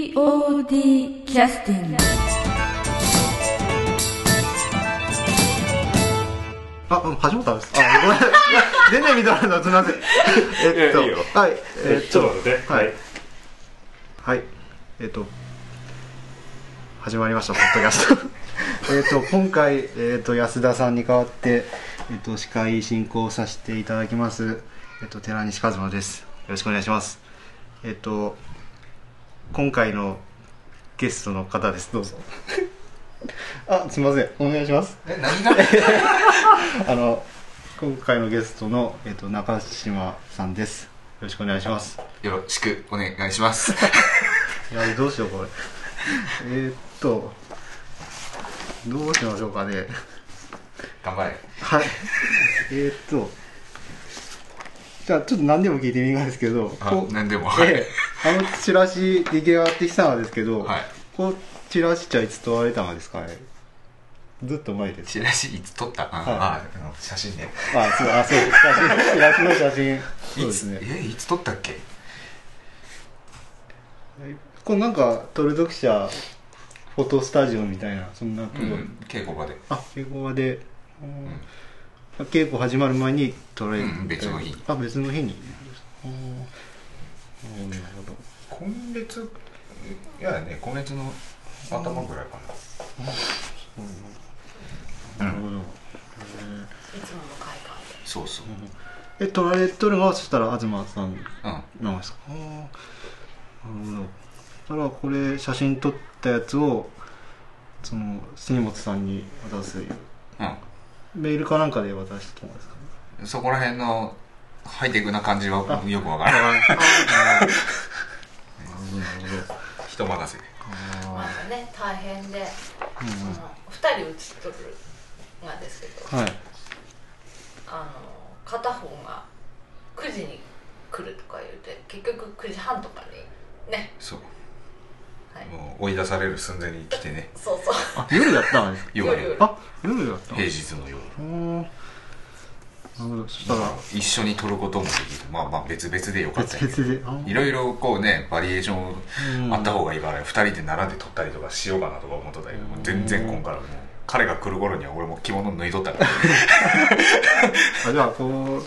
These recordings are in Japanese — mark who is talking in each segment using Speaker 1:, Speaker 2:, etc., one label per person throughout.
Speaker 1: POD キャスティング
Speaker 2: あ、うん、始まったんです。あ、ごめん。全然見とられた。すみません。えっと、
Speaker 3: いやいいよ
Speaker 2: はい、えっ
Speaker 3: ちょっ
Speaker 2: と
Speaker 3: と、待ってね
Speaker 2: はい、はい、えっと、始まりました、ポッドキャスト。 えっと、今回、えっと、安田さんに代わって、えっと、司会進行させていただきます。えっと、寺西和馬です。よろしくお願いします。えっと、今回のゲストの方です。どう ぞ。あ、すみません。お願いします。
Speaker 4: え、何がは
Speaker 2: あの今回のゲストの、えっと中島さんです。よろしくお願いします。
Speaker 4: よろしくお願いします。
Speaker 2: いやどうしようこれ。えーっとどうしましょうかね。
Speaker 4: 頑張れ。
Speaker 2: はい。えーっとじゃあちょっと何でも聞いてみるんですけど、
Speaker 4: あ
Speaker 2: こう
Speaker 4: 何でもはい
Speaker 2: ええあのチラシ出来上がってきたんですけど、
Speaker 4: はい
Speaker 2: こうチラシちゃいつ取られたんですかね。ずっと前です。
Speaker 4: チラシいつ撮ったあ、ああの写真ね。
Speaker 2: あ、そう、あ、そう、写真、チラシの写真。そう
Speaker 4: い
Speaker 2: で
Speaker 4: つ
Speaker 2: すね。
Speaker 4: え、いつ撮ったっけ
Speaker 2: これなんかトル読者フォトスタジオみたいなそんなと
Speaker 4: う
Speaker 2: こ、
Speaker 4: ん、稽古場で。
Speaker 2: あ稽古場で、うん稽古始まる前に撮られる、
Speaker 4: うん別の日
Speaker 2: あ別の日におーおーなるほど
Speaker 4: 今月、いやね、今月の頭ぐらいかな。
Speaker 2: なるほど、
Speaker 4: そうそう。
Speaker 2: え撮られとるのはそしたら東さん
Speaker 4: うん。
Speaker 2: なんですかおーなるほどだからこれ写真撮ったやつをその杉本さんに渡すメールかなんかで渡してもらうんですかね
Speaker 4: うん。そこら辺のハイテクな感じはよくわからない。
Speaker 2: なるほどなるほど
Speaker 4: 人任せで。
Speaker 5: まあね大変で、その2人写っとるがですけど
Speaker 2: はい。
Speaker 5: あの片方が9時に来るとか言うて結局9時半とかにね、
Speaker 4: そう。
Speaker 5: はい、
Speaker 4: もう追い出される寸前に来てね。
Speaker 5: そうそう
Speaker 2: あ、夜やったんですか。
Speaker 4: 夜
Speaker 5: 夜々
Speaker 2: あ、夜やったん
Speaker 4: 平
Speaker 2: です。
Speaker 4: 日の夜。
Speaker 2: おーなるほど。そしたら
Speaker 4: 一緒に撮ることもできる。まあまあ別々でよかったんやけど
Speaker 2: 別々で。あー
Speaker 4: いろいろこうねバリエーショ
Speaker 2: う
Speaker 4: ン
Speaker 2: ん
Speaker 4: あった方がいいから、二2人で並んで撮ったりとかしようかなとか思っとったけどもう全然今回はもう彼が来る頃には俺も着物脱いとっ たから、
Speaker 2: あ、じゃあこう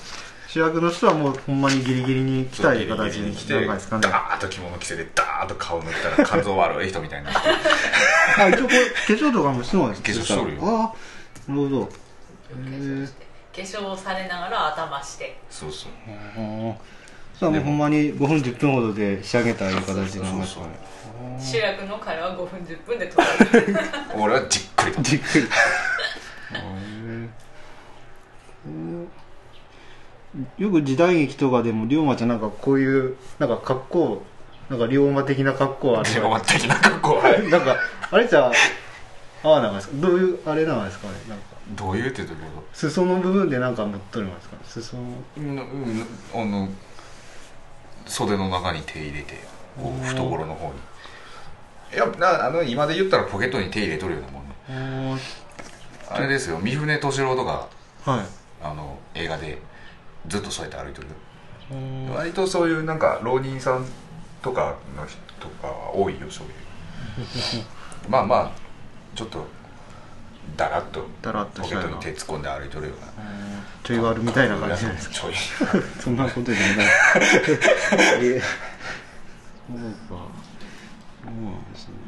Speaker 2: 主役の人はもうほんまにギリギリに来たい形に
Speaker 4: 来
Speaker 2: 来
Speaker 4: て
Speaker 2: た
Speaker 4: ダ
Speaker 2: いですかね。
Speaker 4: ーッと着物着せてダーッと顔塗ったら肝臓悪い人みたいに なって
Speaker 2: あ、一応これ化粧とかもしてもらうんです
Speaker 4: 化粧しとるよ
Speaker 2: あー、なるほど。
Speaker 5: 化粧して化粧をされながら頭して
Speaker 4: そうそう
Speaker 2: あーそしたらもうほんまに5分10分ほどで仕上げたいう形になりましたね。
Speaker 5: 主役の彼は5分10分で撮られる
Speaker 4: 俺はじっくりと
Speaker 2: じっくり。よく時代劇とかでも龍馬ちゃんなんかこういうなんか格好なんか龍馬的な格好あ る
Speaker 4: 手が的な格 好はい
Speaker 2: なんかあれじゃああなんですかどういうあれなんですかねなんか
Speaker 4: どういうってどういうこ
Speaker 2: 裾の部分でなんか持っとるんですか裾の
Speaker 4: とうんうんあの袖の中に手入れてこう懐の方にいやなあの今で言ったらポケットに手入れとるようなもん
Speaker 2: は
Speaker 4: ね
Speaker 2: い
Speaker 4: あれですよ三船敏郎とかあの映画でずっとそうやって歩いてる、割とそういうなんか浪人さんとかの人とかは多いよそういう まあまあちょっとだらっと
Speaker 2: だらっと
Speaker 4: ポ
Speaker 2: し
Speaker 4: ケ
Speaker 2: たよ
Speaker 4: ッ
Speaker 2: う
Speaker 4: ト
Speaker 2: な
Speaker 4: に手突っ込んで歩いとるような
Speaker 2: ちょい悪みたいな感じじゃないですか
Speaker 4: ちょい
Speaker 2: そんなことじゃない。えそうか。そうなんですね。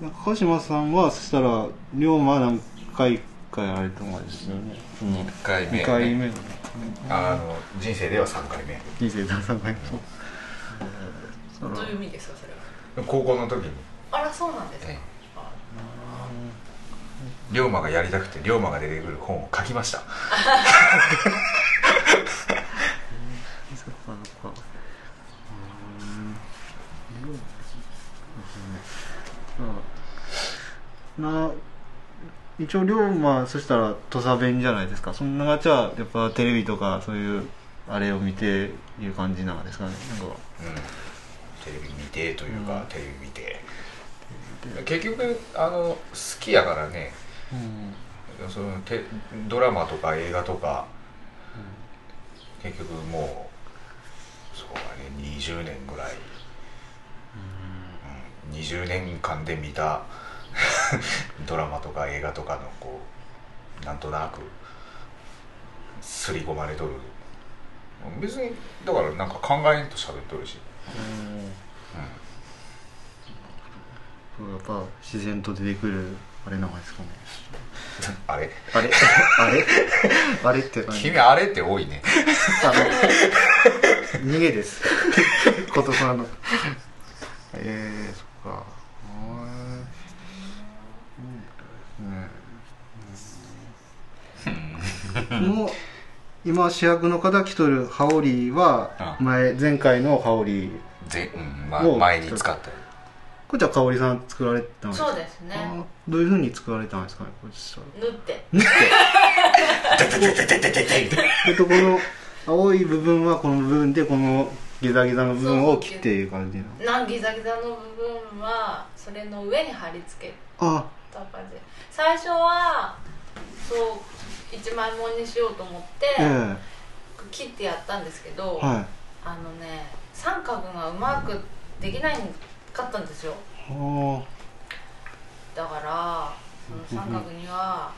Speaker 2: 中島さんはそしたら龍馬何回かやられたんですよね。その
Speaker 4: 一回目、
Speaker 2: 二回目の
Speaker 4: あの人生では3回目
Speaker 2: 人生第三回目。
Speaker 5: どういう意味ですかそれは
Speaker 4: 高校の時に
Speaker 5: あらそうなんですか、
Speaker 4: ええ
Speaker 5: あ
Speaker 4: 龍馬がやりたくて龍馬が出てくる本を書きました
Speaker 2: そうかそうか。うーん。な一応龍馬そしたら土佐弁じゃないですかそんながちはやっぱテレビとかそういうあれを見ていう感じなんですかねなんか
Speaker 4: うんテレビ見てというか、テレビ見て結局あの好きやからねそのテドラマとか映画とか、結局もうそうだね20年ぐらい、うん、20年間で見た ドラマとか映画とかのこうなんとなく刷り込まれとる別にだからなんか考えんと喋っとるし
Speaker 2: そうやっぱ自然と出てくるあれなんですかね
Speaker 4: あれ
Speaker 2: あれ あれあれって何
Speaker 4: 君あれって多いね
Speaker 2: あの逃げです言葉のえー、そっかうんうんもう今主役の方来とる羽織は
Speaker 4: う
Speaker 2: 前前回の羽織
Speaker 4: ぜ、うんま、
Speaker 2: もう
Speaker 4: 前に使 ったよ
Speaker 2: これじゃあ香織さん作られたんですか
Speaker 5: そうですね
Speaker 2: あーどういうふうに作られたんですかねこれ実は
Speaker 5: 縫って
Speaker 2: 縫って
Speaker 4: てててててててて
Speaker 2: えっとこの青い部分はこの部分でこのギザギザの部分を切っていう感じの
Speaker 5: なんギザギザの部分はそれの上に貼り付け
Speaker 2: あ
Speaker 5: た感じ最初はそう一枚もんにしようと思って、
Speaker 2: ええ
Speaker 5: 切ってやったんですけど、
Speaker 2: はい
Speaker 5: あのね三角がうまくできないかったんですよ
Speaker 2: あ
Speaker 5: だからその三角には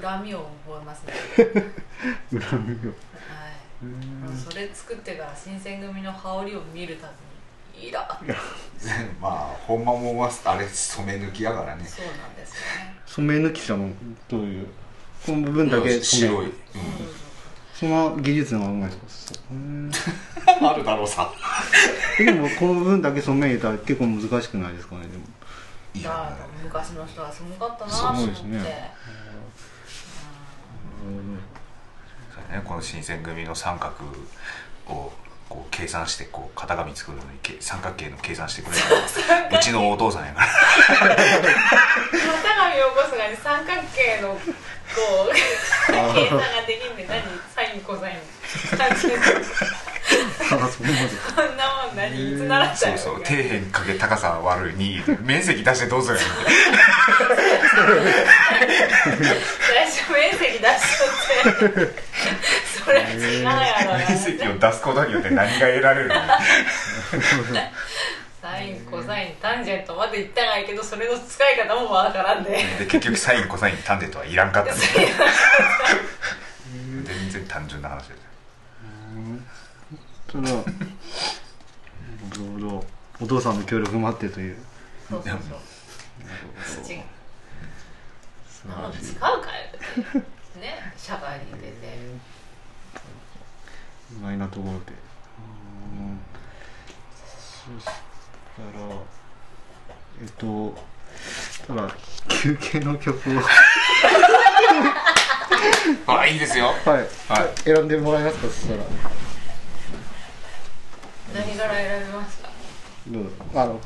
Speaker 5: 恨みを覚えますね、
Speaker 2: あ恨みを
Speaker 5: はい、それ作ってから新選組の羽織を見るたびにイラッ
Speaker 4: まあほんまもんはあれ染め抜きやからね
Speaker 5: そうなんですよね
Speaker 2: 染め抜きしたのどういうこの部分だけ染め
Speaker 4: 白い、
Speaker 2: その技術があるんですか
Speaker 4: うん、あるだろうさ
Speaker 2: えでもこの部分だけ染め入れたら結構難しくないですかねでも
Speaker 4: い
Speaker 5: だから
Speaker 4: や
Speaker 5: 昔の人はすごかったなと思って
Speaker 2: すごいですね
Speaker 4: そうねこの新選組の三角をこう計算してこう型紙作るのにけ三角形の計算してくれる のがうちのお父さんやから
Speaker 5: 型紙を起こすのに三角形のこう計算ができんで何サインコサイン三角形
Speaker 2: あそこまで
Speaker 5: こんなもん何いつ習っ た
Speaker 4: そ
Speaker 5: よ
Speaker 4: うそう底辺かけ高さ悪いに面積出してどうするんや
Speaker 5: 最初面積出しとってそれ違うやろな
Speaker 4: 面積を出すことによって何が得られるの
Speaker 5: サインコサインタンジェントまで行ったがいいけどそれの使い方もわからんで
Speaker 4: で結局サインコサインタンデとはいらんか ったね全然単純な話です
Speaker 2: ただなるほどお父さんの協力もあってという
Speaker 5: そうそうそう土なので使うかよね社会に出て
Speaker 2: 意外なところでうんそしたらえっとただ休憩の曲をは
Speaker 4: あいいですよ
Speaker 2: い
Speaker 4: はい
Speaker 2: 選んでもらえますかそしたら
Speaker 5: 何から選びました
Speaker 2: どうぞあの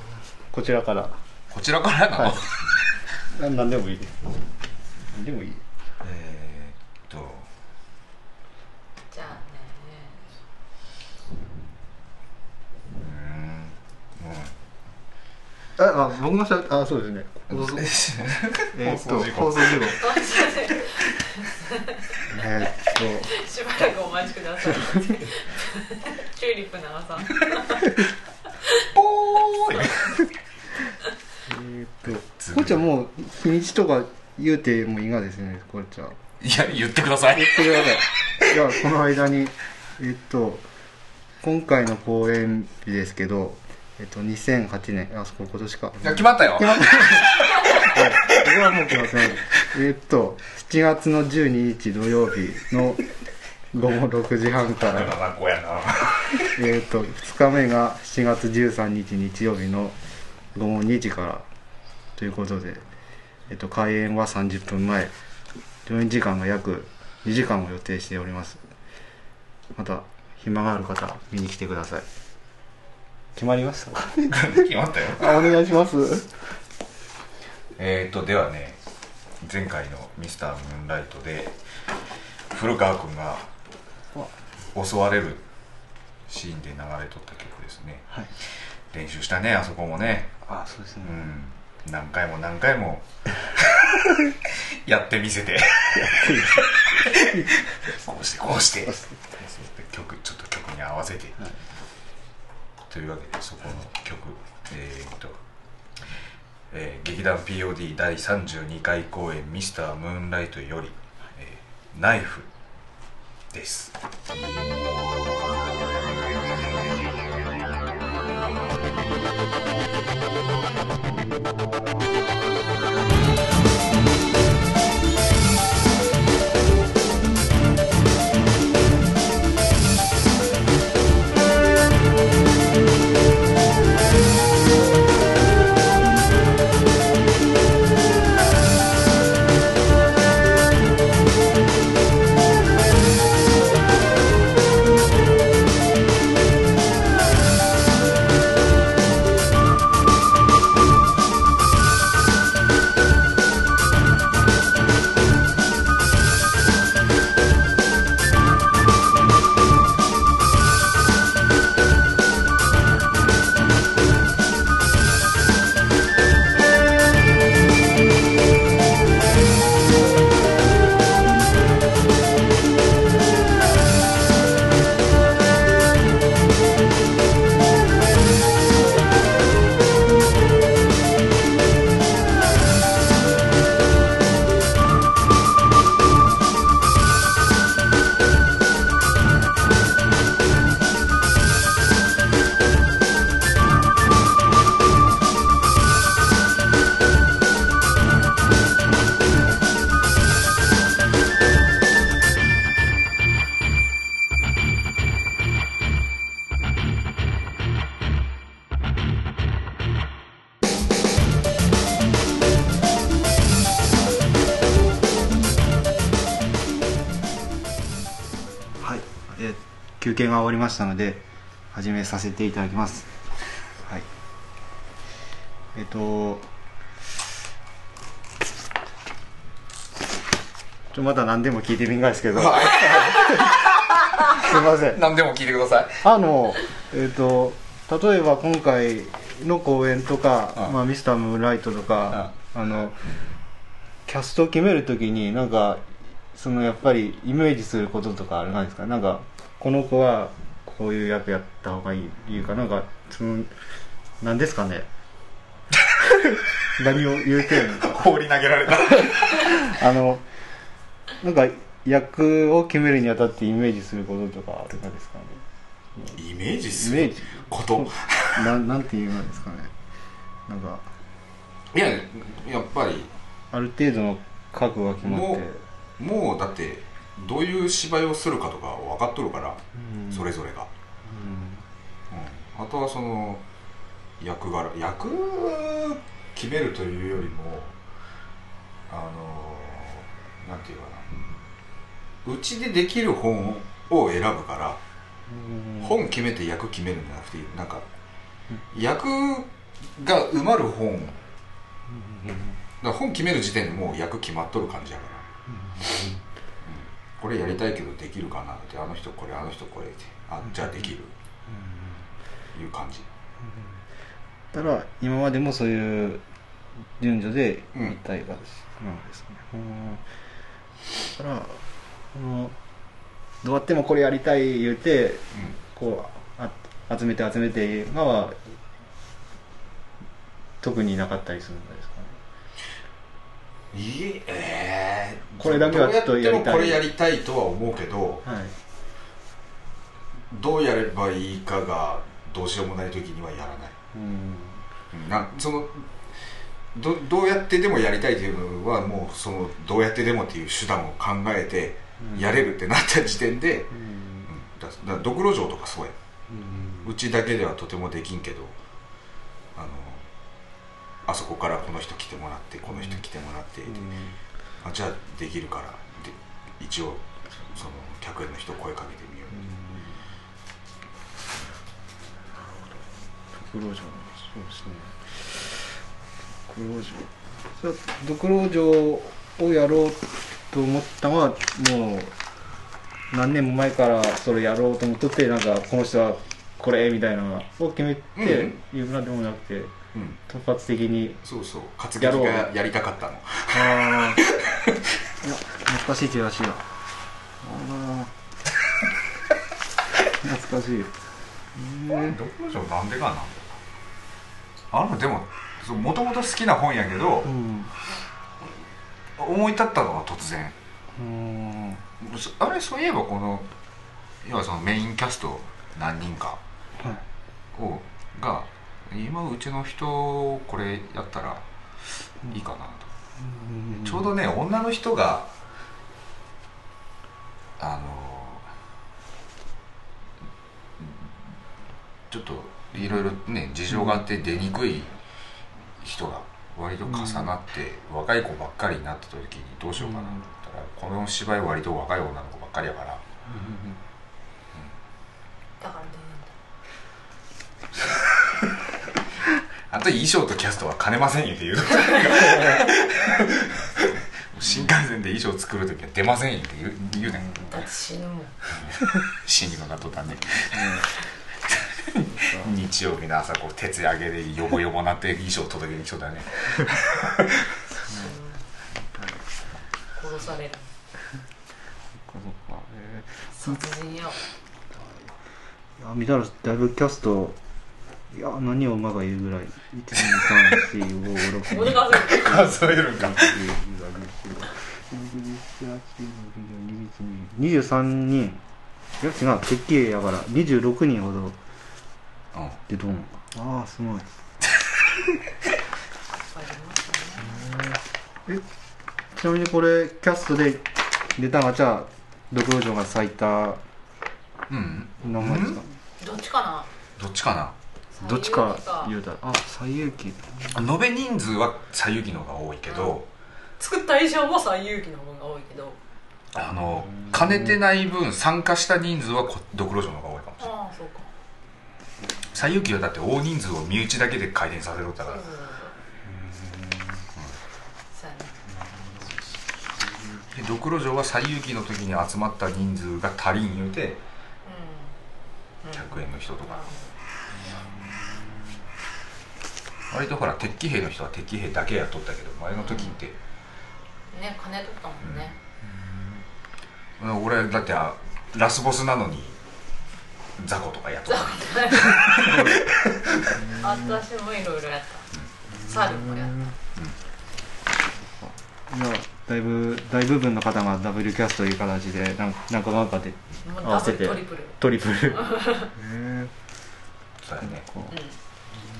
Speaker 2: こちらから
Speaker 4: こちらからなの、
Speaker 2: はいな何でもいいです何でもいい
Speaker 4: えー、っと
Speaker 5: じゃあね
Speaker 4: うーんうん
Speaker 2: ああ僕のしゃあそうですね放送えっと
Speaker 4: 放送事故
Speaker 2: 放送事故
Speaker 5: お待ちください
Speaker 2: えっと
Speaker 5: しばらくお待ちくださいチューリップ長さん
Speaker 4: ポーイ
Speaker 2: えーっ と、こっちはもう日にちとか言うてもいいがですね、こっちは。
Speaker 4: いや言ってください
Speaker 2: 言ってくだ さい。じゃあ、この間に、えーっと、今回の公演日ですけど、えーっと、2008年、あ、そこ今年か。
Speaker 4: いや決まったよ
Speaker 2: 決まった。はい、ここはもう決まってない。えーっと、7月の12日土曜日の午後6時半か
Speaker 4: だ
Speaker 2: ら、
Speaker 4: なこうやな
Speaker 2: えーっと、2日目が7月13日日曜日の午後2時からということで、えっと、開演は30分前上演時間が約2時間を予定しておりますまた暇がある方見に来てください決まりました
Speaker 4: 決まったよ
Speaker 2: あお願いします
Speaker 4: えー、とではね前回の「ミスタームーンライトで古川君が襲われるシーンで流れとった曲ですね、
Speaker 2: はい
Speaker 4: 練習したねあそこもね
Speaker 2: あそうですね
Speaker 4: うん何回も何回も やってみせてこうしてこうして曲ちょっと曲に合わせて、というわけでそこの曲えーっと、えー劇団 POD 第32回公演「ミスタームーンライト」より、えーナイフ」です
Speaker 2: はい、えー休憩が終わりましたので始めさせていただきますはいえっ、とちょまだ何でも聞いてみんがですけどすい ません
Speaker 4: 何でも聞いてください
Speaker 2: あのえっ、と例えば今回の公演とか、
Speaker 4: うん
Speaker 2: まあ、ミスタームーンライトとか、あのキャストを決めるときになんかそのやっぱりイメージすることとかあるないですかなんかこの子はこういう役やった方がいいっていうかなんかそのなんですか ね何を言うてるのか
Speaker 4: 放り投げられた
Speaker 2: あのなんか役を決めるにあたってイメージすることとかあるんですかね
Speaker 4: イメージ
Speaker 2: イ
Speaker 4: す
Speaker 2: メ
Speaker 4: る
Speaker 2: ージ
Speaker 4: こと
Speaker 2: ななんて言うんですかねなんか
Speaker 4: いややっぱり
Speaker 2: ある程度の覚悟が決まって
Speaker 4: ももうだってどういう芝居をするかとか分かっとるから、
Speaker 2: うん
Speaker 4: それぞれが、
Speaker 2: う
Speaker 4: うんあとはその役柄役決めるというよりもあのなんていうかなうちでできる本を選ぶから、
Speaker 2: んうん
Speaker 4: 本決めて役決めるんじゃなくてなんか役が埋まる本だから本決める時点でもう役決まっとる感じやから、うんこれやりたいけどできるかなってあの人これあの人これってあじゃあできるいう感じ
Speaker 2: だから今までもそういう順序で
Speaker 4: うん
Speaker 2: 一体がなんですね、うんだからこのどうやってもこれやりたい言うてこうあ集めて集めて今は特になかったりするんですかね
Speaker 4: うんいええー
Speaker 2: これだけはちょっとやりたい
Speaker 4: どうやってもこれやりたいとは思うけど
Speaker 2: はい
Speaker 4: どうやればいいかがどうしようもない時にはやらない
Speaker 2: うん
Speaker 4: なそのどどうやってでもやりたいというのはもうそのどうやってでもっていう手段を考えて
Speaker 2: うん
Speaker 4: やれるってなった時点で、
Speaker 2: う
Speaker 4: うん
Speaker 2: ん
Speaker 4: だだドクロ城とかそうやうちだけではとてもできんけどあのあそこからこの人来てもらってこの人来てもらって、あじゃあできるからで一応その客円の人声かけてみよ
Speaker 2: ド
Speaker 4: う、
Speaker 2: クロ城そうですねドクロ城それはドクロ城をやろうと思ったのはもう何年も前からそれやろうと思っとってなんかこの人はこれみたいなのを決めて言うなんでもなくて
Speaker 4: うん、
Speaker 2: 突発的に
Speaker 4: そうそう活劇
Speaker 2: や
Speaker 4: が
Speaker 2: ろう
Speaker 4: やりたかったの
Speaker 2: ああいや懐かしいチラシがああ懐かしい
Speaker 4: 読書なんでかなあのでももともと好きな本やけど、
Speaker 2: うん
Speaker 4: 思い立ったのは突然
Speaker 2: うん
Speaker 4: そあれそういえばこの要はそのメインキャスト何人か
Speaker 2: はい
Speaker 4: をが今うちの人これやったらいいかなと、
Speaker 2: うん
Speaker 4: ちょうどね女の人があのちょっといろいろね事情があって出にくい人が割と重なって、若い子ばっかりになった時にどうしようかなと思ったら、この芝居割と若い女の子ばっかりやから
Speaker 5: だからね
Speaker 4: あと衣装とキャストは兼ねませんよっていう新幹線で衣装作る時は出ませんよって言う言うね、ん
Speaker 5: だって死ぬもん
Speaker 4: 死にかかっとったんで、日曜日の朝こう徹夜明けでヨボヨボなって衣装届けに来とったね
Speaker 5: 殺される
Speaker 2: そっかそっかえ
Speaker 5: 殺人やわ
Speaker 2: ーいや見たらだいぶキャストいや何を馬が言うぐらい1234567
Speaker 5: 俺が焦る
Speaker 4: 数えるんか
Speaker 2: 23人いや違うてっきりやから26人ほど
Speaker 4: う
Speaker 2: でどうなのかああすごいちなみにこれキャストで出たのはじゃあ独路城が最多
Speaker 4: ん、うん、
Speaker 2: 何枚ですか
Speaker 5: どっちか
Speaker 4: どっちかな
Speaker 5: な
Speaker 2: どっちか
Speaker 5: 最
Speaker 2: 言
Speaker 5: 優
Speaker 2: うたらあ最有機
Speaker 4: 延べ人数は西遊記の方が多いけど、
Speaker 5: 作った衣装も最有機の方が多いけど
Speaker 4: あの兼ねてない分参加した人数はこドクロ城の方が多いかもしれない
Speaker 5: ああそうか
Speaker 4: 西遊記はだって大人数を身内だけで回転させろったか
Speaker 5: そ
Speaker 4: ら
Speaker 5: うそうそうそう
Speaker 4: で
Speaker 5: やね
Speaker 4: ドクロ城は西遊記の時に集まった人数が足りん言うて100円の人とか割とほら鉄騎兵の人は鉄騎兵だけやっとったけど前の時って、
Speaker 5: うんね金取ったもんね
Speaker 4: 俺だってあラスボスなのに雑魚とかやっとった
Speaker 5: 私もいろいろやった猿もやっ
Speaker 2: いやだいぶ大部分の方がダブルキャストという形でなんなんかなんかで
Speaker 5: たもう
Speaker 2: 合
Speaker 5: ダ
Speaker 2: わ
Speaker 5: ブ
Speaker 2: せ
Speaker 5: ル
Speaker 2: て
Speaker 5: トリプル
Speaker 2: トリプルへえ
Speaker 4: そうやね
Speaker 2: こう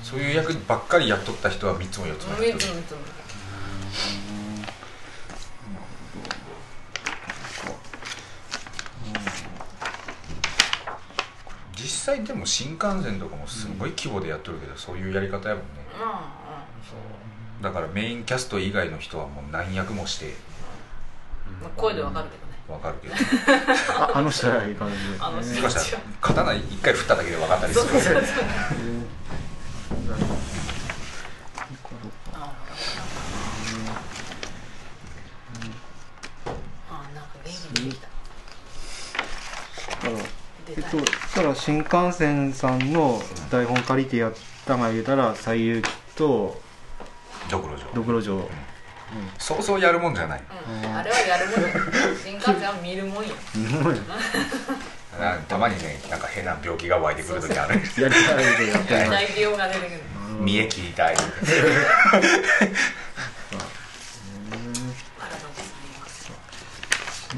Speaker 4: そういう役ばっかりやっとった人は3つも4つも
Speaker 5: うん
Speaker 4: や
Speaker 5: い
Speaker 4: っ
Speaker 5: つ
Speaker 4: と
Speaker 5: も
Speaker 4: る
Speaker 5: いつも
Speaker 4: 実際でも新幹線とかもすごい規模でやっとるけど、そういうやり方やもんね
Speaker 5: うんうんそう
Speaker 4: だからメインキャスト以外の人はもう何役もして
Speaker 5: まあ声でわかるけどね
Speaker 4: わかるけど
Speaker 2: ああの人はいい感じで
Speaker 5: あの人
Speaker 4: しかしたら刀1回振っただけで分かったりする
Speaker 5: ああなんか元気にできた出
Speaker 2: えった
Speaker 5: い
Speaker 2: と、そしたら新幹線さんの台本借りてやったが言うたら西遊記と
Speaker 4: ドクロ城
Speaker 2: 六路城
Speaker 4: そうそうやるもんじゃない
Speaker 5: うんあれはやるもんや新幹線は見るもんや
Speaker 2: 日本
Speaker 4: なたまにねなんか変な病気が湧いてくる時ある
Speaker 2: やりたいでやってない
Speaker 5: 大病が出てくる
Speaker 4: 見え切りたい
Speaker 5: あ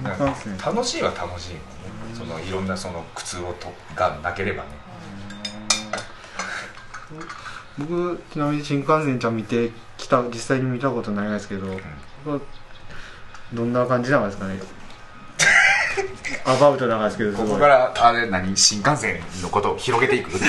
Speaker 5: らどうです
Speaker 2: 新幹
Speaker 5: ね
Speaker 2: 線
Speaker 4: 楽しいは楽しいもんねそのいろんなその苦痛をとがなければね
Speaker 2: 僕ちなみに新幹線ちゃん見てきた実際に見たことないですけど、僕はどんな感じなんですかねアバウトなんですけどす
Speaker 4: こ
Speaker 2: ご
Speaker 4: こ
Speaker 2: い
Speaker 4: からあれ何新幹線のことを広げていく
Speaker 2: どん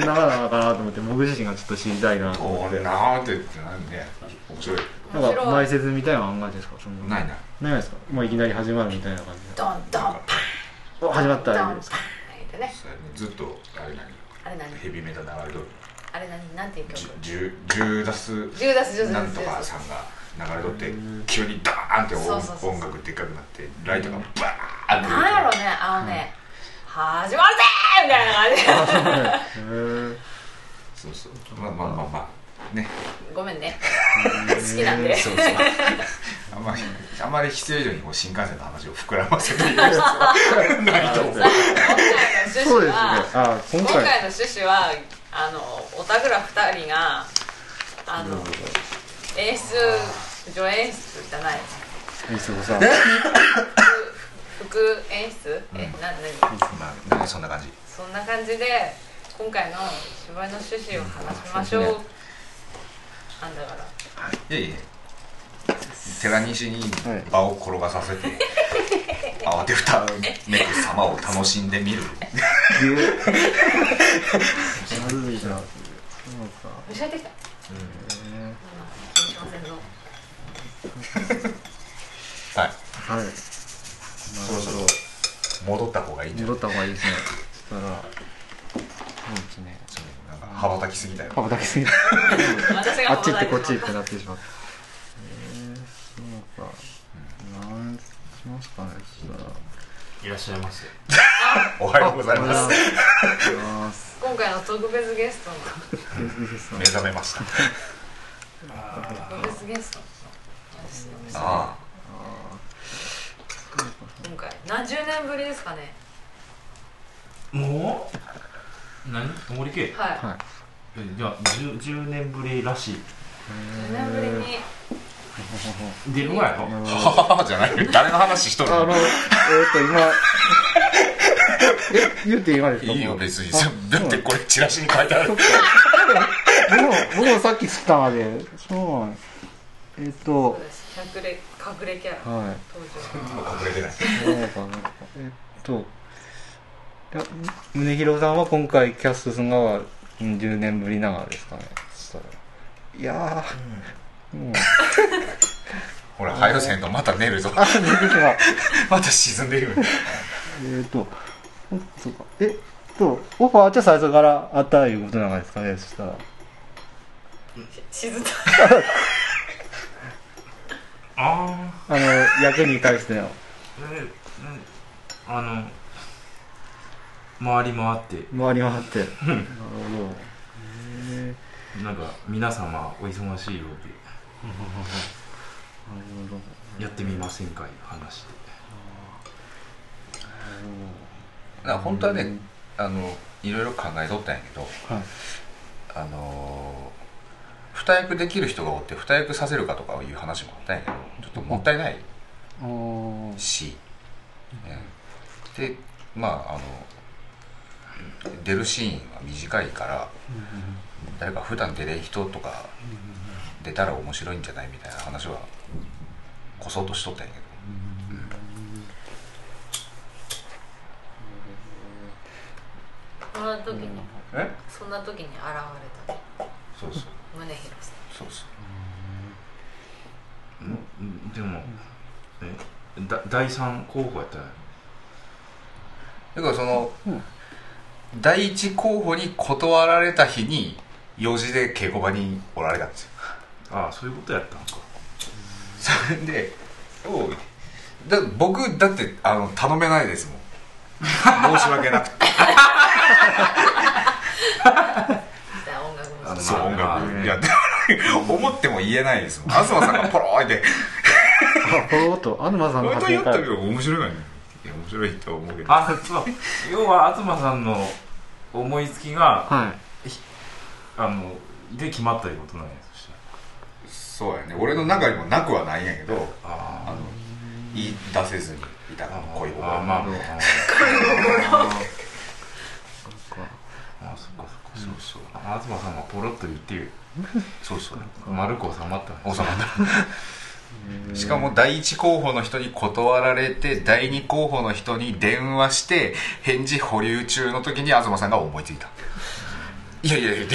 Speaker 2: な方なのかなと思って僕自身がちょっと知りたいなと思
Speaker 4: お
Speaker 2: っ
Speaker 4: ー
Speaker 2: て
Speaker 4: なーってってなんで面白い
Speaker 2: なんか前説みたいな漫画ですかそん
Speaker 4: ないな
Speaker 2: ないですかもういきなり始まるみたいな感じで
Speaker 5: ドンドンパン
Speaker 2: お始まっ
Speaker 5: ドンパ
Speaker 2: た
Speaker 5: ン
Speaker 2: ですか
Speaker 5: ってね
Speaker 4: そうやねずっとあれ何
Speaker 5: あれ何
Speaker 4: ヘビメタ流れとる
Speaker 5: あれ何なんていう曲
Speaker 4: ジュジューダス
Speaker 5: ジューダスジュー
Speaker 4: な
Speaker 5: ダ
Speaker 4: ん
Speaker 5: ス
Speaker 4: とかさんが流れとって急にダーンって
Speaker 5: そうそうそう
Speaker 4: 音音楽でっかくなってライトがバーンって出てくる
Speaker 5: なんやろうねあのね始まるぜーみたいな感じ
Speaker 2: へえ
Speaker 4: そうそうまあまあまあまあね
Speaker 5: ごめんね好きなんで
Speaker 4: そうそう あんまりあんまり必要以上にこう新幹線の話を膨らま せているやつはないと思う
Speaker 2: そう
Speaker 5: 今回の趣旨
Speaker 2: ですね
Speaker 5: は、
Speaker 2: あ今
Speaker 5: 今
Speaker 2: 回
Speaker 5: 回の趣旨はあのオタグラ2人があの演出助演出じゃない
Speaker 2: ミス子さん
Speaker 5: 副副演出えな何
Speaker 4: まあなんかそんな感じ
Speaker 5: そんな感じで今回の芝居の趣旨を話しましょう
Speaker 4: そうで
Speaker 5: なんだから
Speaker 4: いやいや寺西に場を転がさせて、慌てふためく様を楽しんでみる
Speaker 2: ぎゅなるじゃんそうか
Speaker 5: むしゃれてきた
Speaker 2: ね
Speaker 5: 緊張せんの
Speaker 4: はい
Speaker 2: はい
Speaker 4: そろそろ戻った方がいいんじゃない
Speaker 2: 戻った方がいいですねそしたらそうですね
Speaker 4: そうなんか羽ばたきすぎだよ
Speaker 2: パパだけすぎた
Speaker 5: 私が
Speaker 2: あっち行ってこっち
Speaker 5: 話
Speaker 2: 行ってなってしまったえー、そうかなんしますかねそしたら
Speaker 3: いらっしゃいませ
Speaker 4: おはようございます
Speaker 2: す
Speaker 5: 今回の特別ゲストの
Speaker 4: 目覚めました
Speaker 5: 特別ゲストの私の
Speaker 4: あ
Speaker 5: 今回何十年ぶりですかね
Speaker 3: もう何おもりけ
Speaker 5: はい、
Speaker 2: はい
Speaker 3: いや 10, 10年ぶりらしい
Speaker 5: 10年ぶりに
Speaker 3: 出るわよ
Speaker 4: あはははじゃない誰の話しとる
Speaker 2: あ
Speaker 4: の
Speaker 2: のえっ、と今え言って今ですか
Speaker 4: いいよ別に
Speaker 2: あそう
Speaker 4: だってこれチラシに書いてある
Speaker 2: 僕も僕もさっき知ったまでそうなんですえっ、
Speaker 5: そう
Speaker 2: と
Speaker 5: です隠れ隠れキャラ登
Speaker 2: はい
Speaker 5: 場
Speaker 4: 隠れてない
Speaker 2: そうかなんかえっといや宗広さんは今回キャストするのはうん10年ぶりながらですかねそしたらいやー、もう
Speaker 4: ほら早せんとまた寝るぞ
Speaker 2: あ出てきた
Speaker 4: また沈んでいる
Speaker 2: えっ、と、おそうか、えっと、オファーじゃ最初からあったいうことなんですかね、そしたら。
Speaker 5: 静か
Speaker 3: あ
Speaker 2: あの、役に対しての。
Speaker 3: ーえーあの回り回って
Speaker 2: 回り回って。なるほど。へえ
Speaker 3: なんか皆様お忙しいよ
Speaker 2: なるほ
Speaker 3: う
Speaker 2: ど。
Speaker 3: でやってみませんかいう話で
Speaker 4: な本当はねあのいろいろ考えとったんやけど
Speaker 2: はい。
Speaker 4: あのー二役できる人がおって二役させるかとかいう話もあったんやけどちょっともったいない
Speaker 2: あー
Speaker 4: し、ねでまああの出るシーンは短いから誰か普段出れん人とか出たら面白いんじゃないみたいな話はこそっとしとったんやけど
Speaker 5: そんな時に
Speaker 4: え
Speaker 5: そんな時に現れた
Speaker 4: そうそう
Speaker 5: 宗広さん
Speaker 4: そうそう
Speaker 3: うんでもえだ第3候補やったら
Speaker 4: だからその、
Speaker 2: うん
Speaker 4: 第一候補に断られた日に用事で稽古場におられたんですよ
Speaker 3: ああそういうことやったんか
Speaker 4: それでおうだ僕だってあの頼めないですもん申し訳なくて
Speaker 5: 実際音楽も
Speaker 4: あの
Speaker 5: し
Speaker 4: そう音
Speaker 3: まあ
Speaker 4: 楽やって思っても言えない ですもん東さんがポローって
Speaker 2: あ、この音、東さんの
Speaker 4: 本当
Speaker 2: 発
Speaker 4: に
Speaker 2: 言
Speaker 4: 言っ
Speaker 2: か
Speaker 4: た
Speaker 2: ら
Speaker 4: け。ど面白いのにいや面白いと思うけど
Speaker 3: あそう要は東さんの思いつきが
Speaker 2: はい。
Speaker 3: あので決まったいうことなんやそしたら
Speaker 4: そうやね俺の中にもなくはないんやけど
Speaker 3: あ
Speaker 4: あの言い出せずにいた
Speaker 3: あ
Speaker 4: 恋心
Speaker 3: ああまあまあまああそっかそっかそうそうあ東さんがポロッと言ってる
Speaker 4: そうそう
Speaker 3: 丸く収まった
Speaker 4: 収まったしかも第一候補の人に断られて第二候補の人に電話して返事保留中の時に東さんが思いついたいやいやいや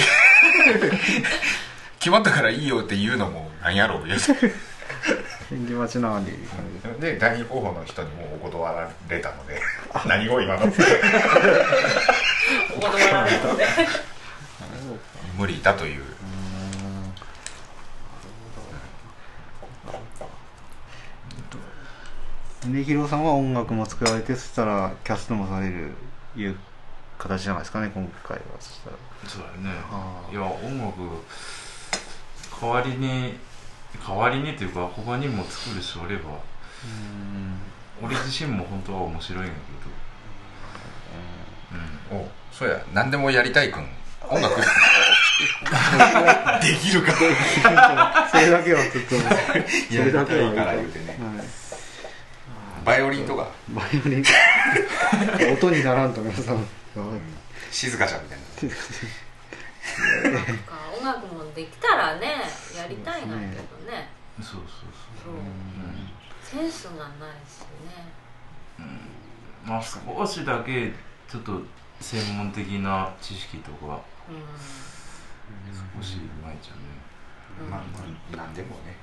Speaker 4: 決まったからいいよって言うのもなんやろう言うて
Speaker 2: 返事待ちながらでいい感じ
Speaker 4: で第二候補の人にもうお断られたので 何を今の
Speaker 5: お断られたので
Speaker 4: 無理だという
Speaker 2: 宗広さんは音楽も作られて、そしたらキャストもされる、いう形じゃないですかね、今回は。そしたら。
Speaker 3: そうだよね
Speaker 2: あー
Speaker 3: いや音楽代わりに代わりにというか他にも作る人おれば俺自身も本当は面白いんだけど、うん、
Speaker 4: おそうや何でもやりたいくん音 楽できるか
Speaker 2: それだけはちょっとそ
Speaker 4: や
Speaker 2: れ
Speaker 4: り
Speaker 2: だけ
Speaker 4: た
Speaker 2: はい
Speaker 4: から言うてね
Speaker 2: はい
Speaker 4: バイオリンとか
Speaker 2: バイオリン 音にならんと皆さんは
Speaker 4: 静かじゃんみたいな
Speaker 5: なんか音楽もできたらねやりたいなけどね
Speaker 3: そう
Speaker 5: そう
Speaker 3: そうそう、
Speaker 5: センスがないしね
Speaker 3: まあ少しだけちょっと専門的な知識とか
Speaker 5: う
Speaker 3: 少しうまいじゃん
Speaker 5: ん、
Speaker 3: ね
Speaker 5: うん
Speaker 4: まあまあ何でもね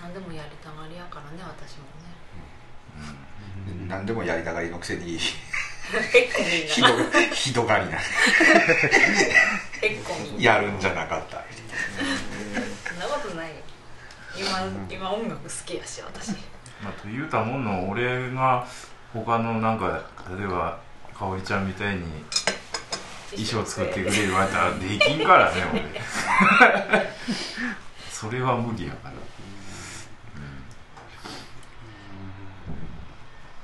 Speaker 5: 何でもやりたがりやからね私もね
Speaker 4: 何でもやりたがりのくせ に
Speaker 5: 結構みん
Speaker 4: ひ
Speaker 5: な
Speaker 4: どひどがりな
Speaker 5: 結構みんな
Speaker 4: やるんじゃなかった
Speaker 5: そんなことないよ今今音楽好きやし私
Speaker 3: まあ、というたもの俺が他のなんか例えばかおりちゃんみたいに衣装作ってくれ言われたらできんからね俺それは無理やから、うん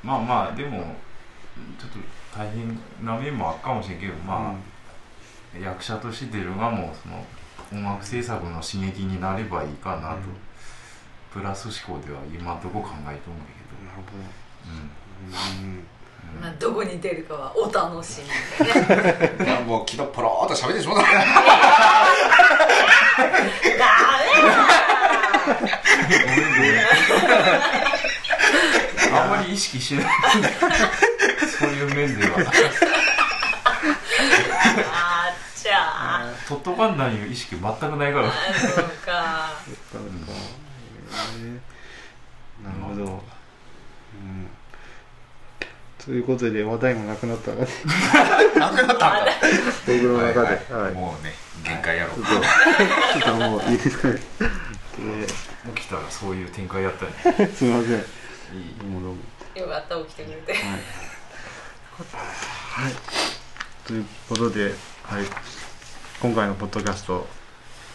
Speaker 3: まあまあでもちょっと大変な面もあっかもしれんけどまあ、役者として出るがもうその音楽制作の刺激になればいいかなと、プラス思考では今んとこ考えとんだ
Speaker 2: なる
Speaker 3: けど、うん
Speaker 2: ほ
Speaker 5: まあどこに出るかはお楽しみでね
Speaker 4: いやもう昨日ポローっと喋ってしまった
Speaker 5: ダメだ
Speaker 3: あんまり意識しない そういう面では
Speaker 5: あっちゃー
Speaker 3: トットパンダに意識全くないから
Speaker 5: あそうか
Speaker 2: どそうかえーなるほど、うん、ということで話題もなくなったので
Speaker 4: なくなったんだ
Speaker 2: 僕の中で
Speaker 4: はい
Speaker 2: は
Speaker 4: はいいもうね限界やろ
Speaker 2: ちょっとちょっともういいですかね
Speaker 3: 起きたらそういう展開やったね
Speaker 2: ですみません
Speaker 3: いい
Speaker 2: どうもどうも
Speaker 5: よかった起きてくれて
Speaker 2: ということで、はい、今回のポッドキャスト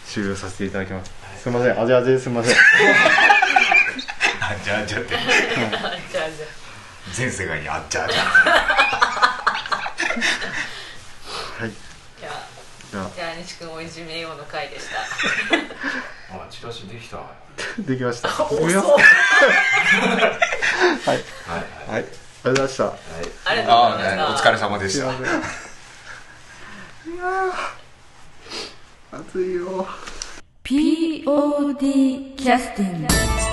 Speaker 2: 終了させていただきます。すみません、あじあじですみません。
Speaker 4: あじゃあじゃあって
Speaker 5: あっちゃーじゃ
Speaker 4: 全世界にあっちゃあじゃあ
Speaker 2: はい、
Speaker 5: いや
Speaker 2: じゃ
Speaker 5: じゃあ西君をいじめようの回でした
Speaker 3: あチラシできたは
Speaker 2: あ、できました。
Speaker 5: 遅
Speaker 2: おや
Speaker 5: っ
Speaker 3: いはい
Speaker 2: はい、ありがとうございました。
Speaker 5: ありがとう
Speaker 4: あ
Speaker 5: ございま
Speaker 4: あお
Speaker 5: した
Speaker 4: 疲れ様でし
Speaker 2: すみ
Speaker 4: た
Speaker 2: ません。いやー、暑いよ。
Speaker 1: POD キャスティング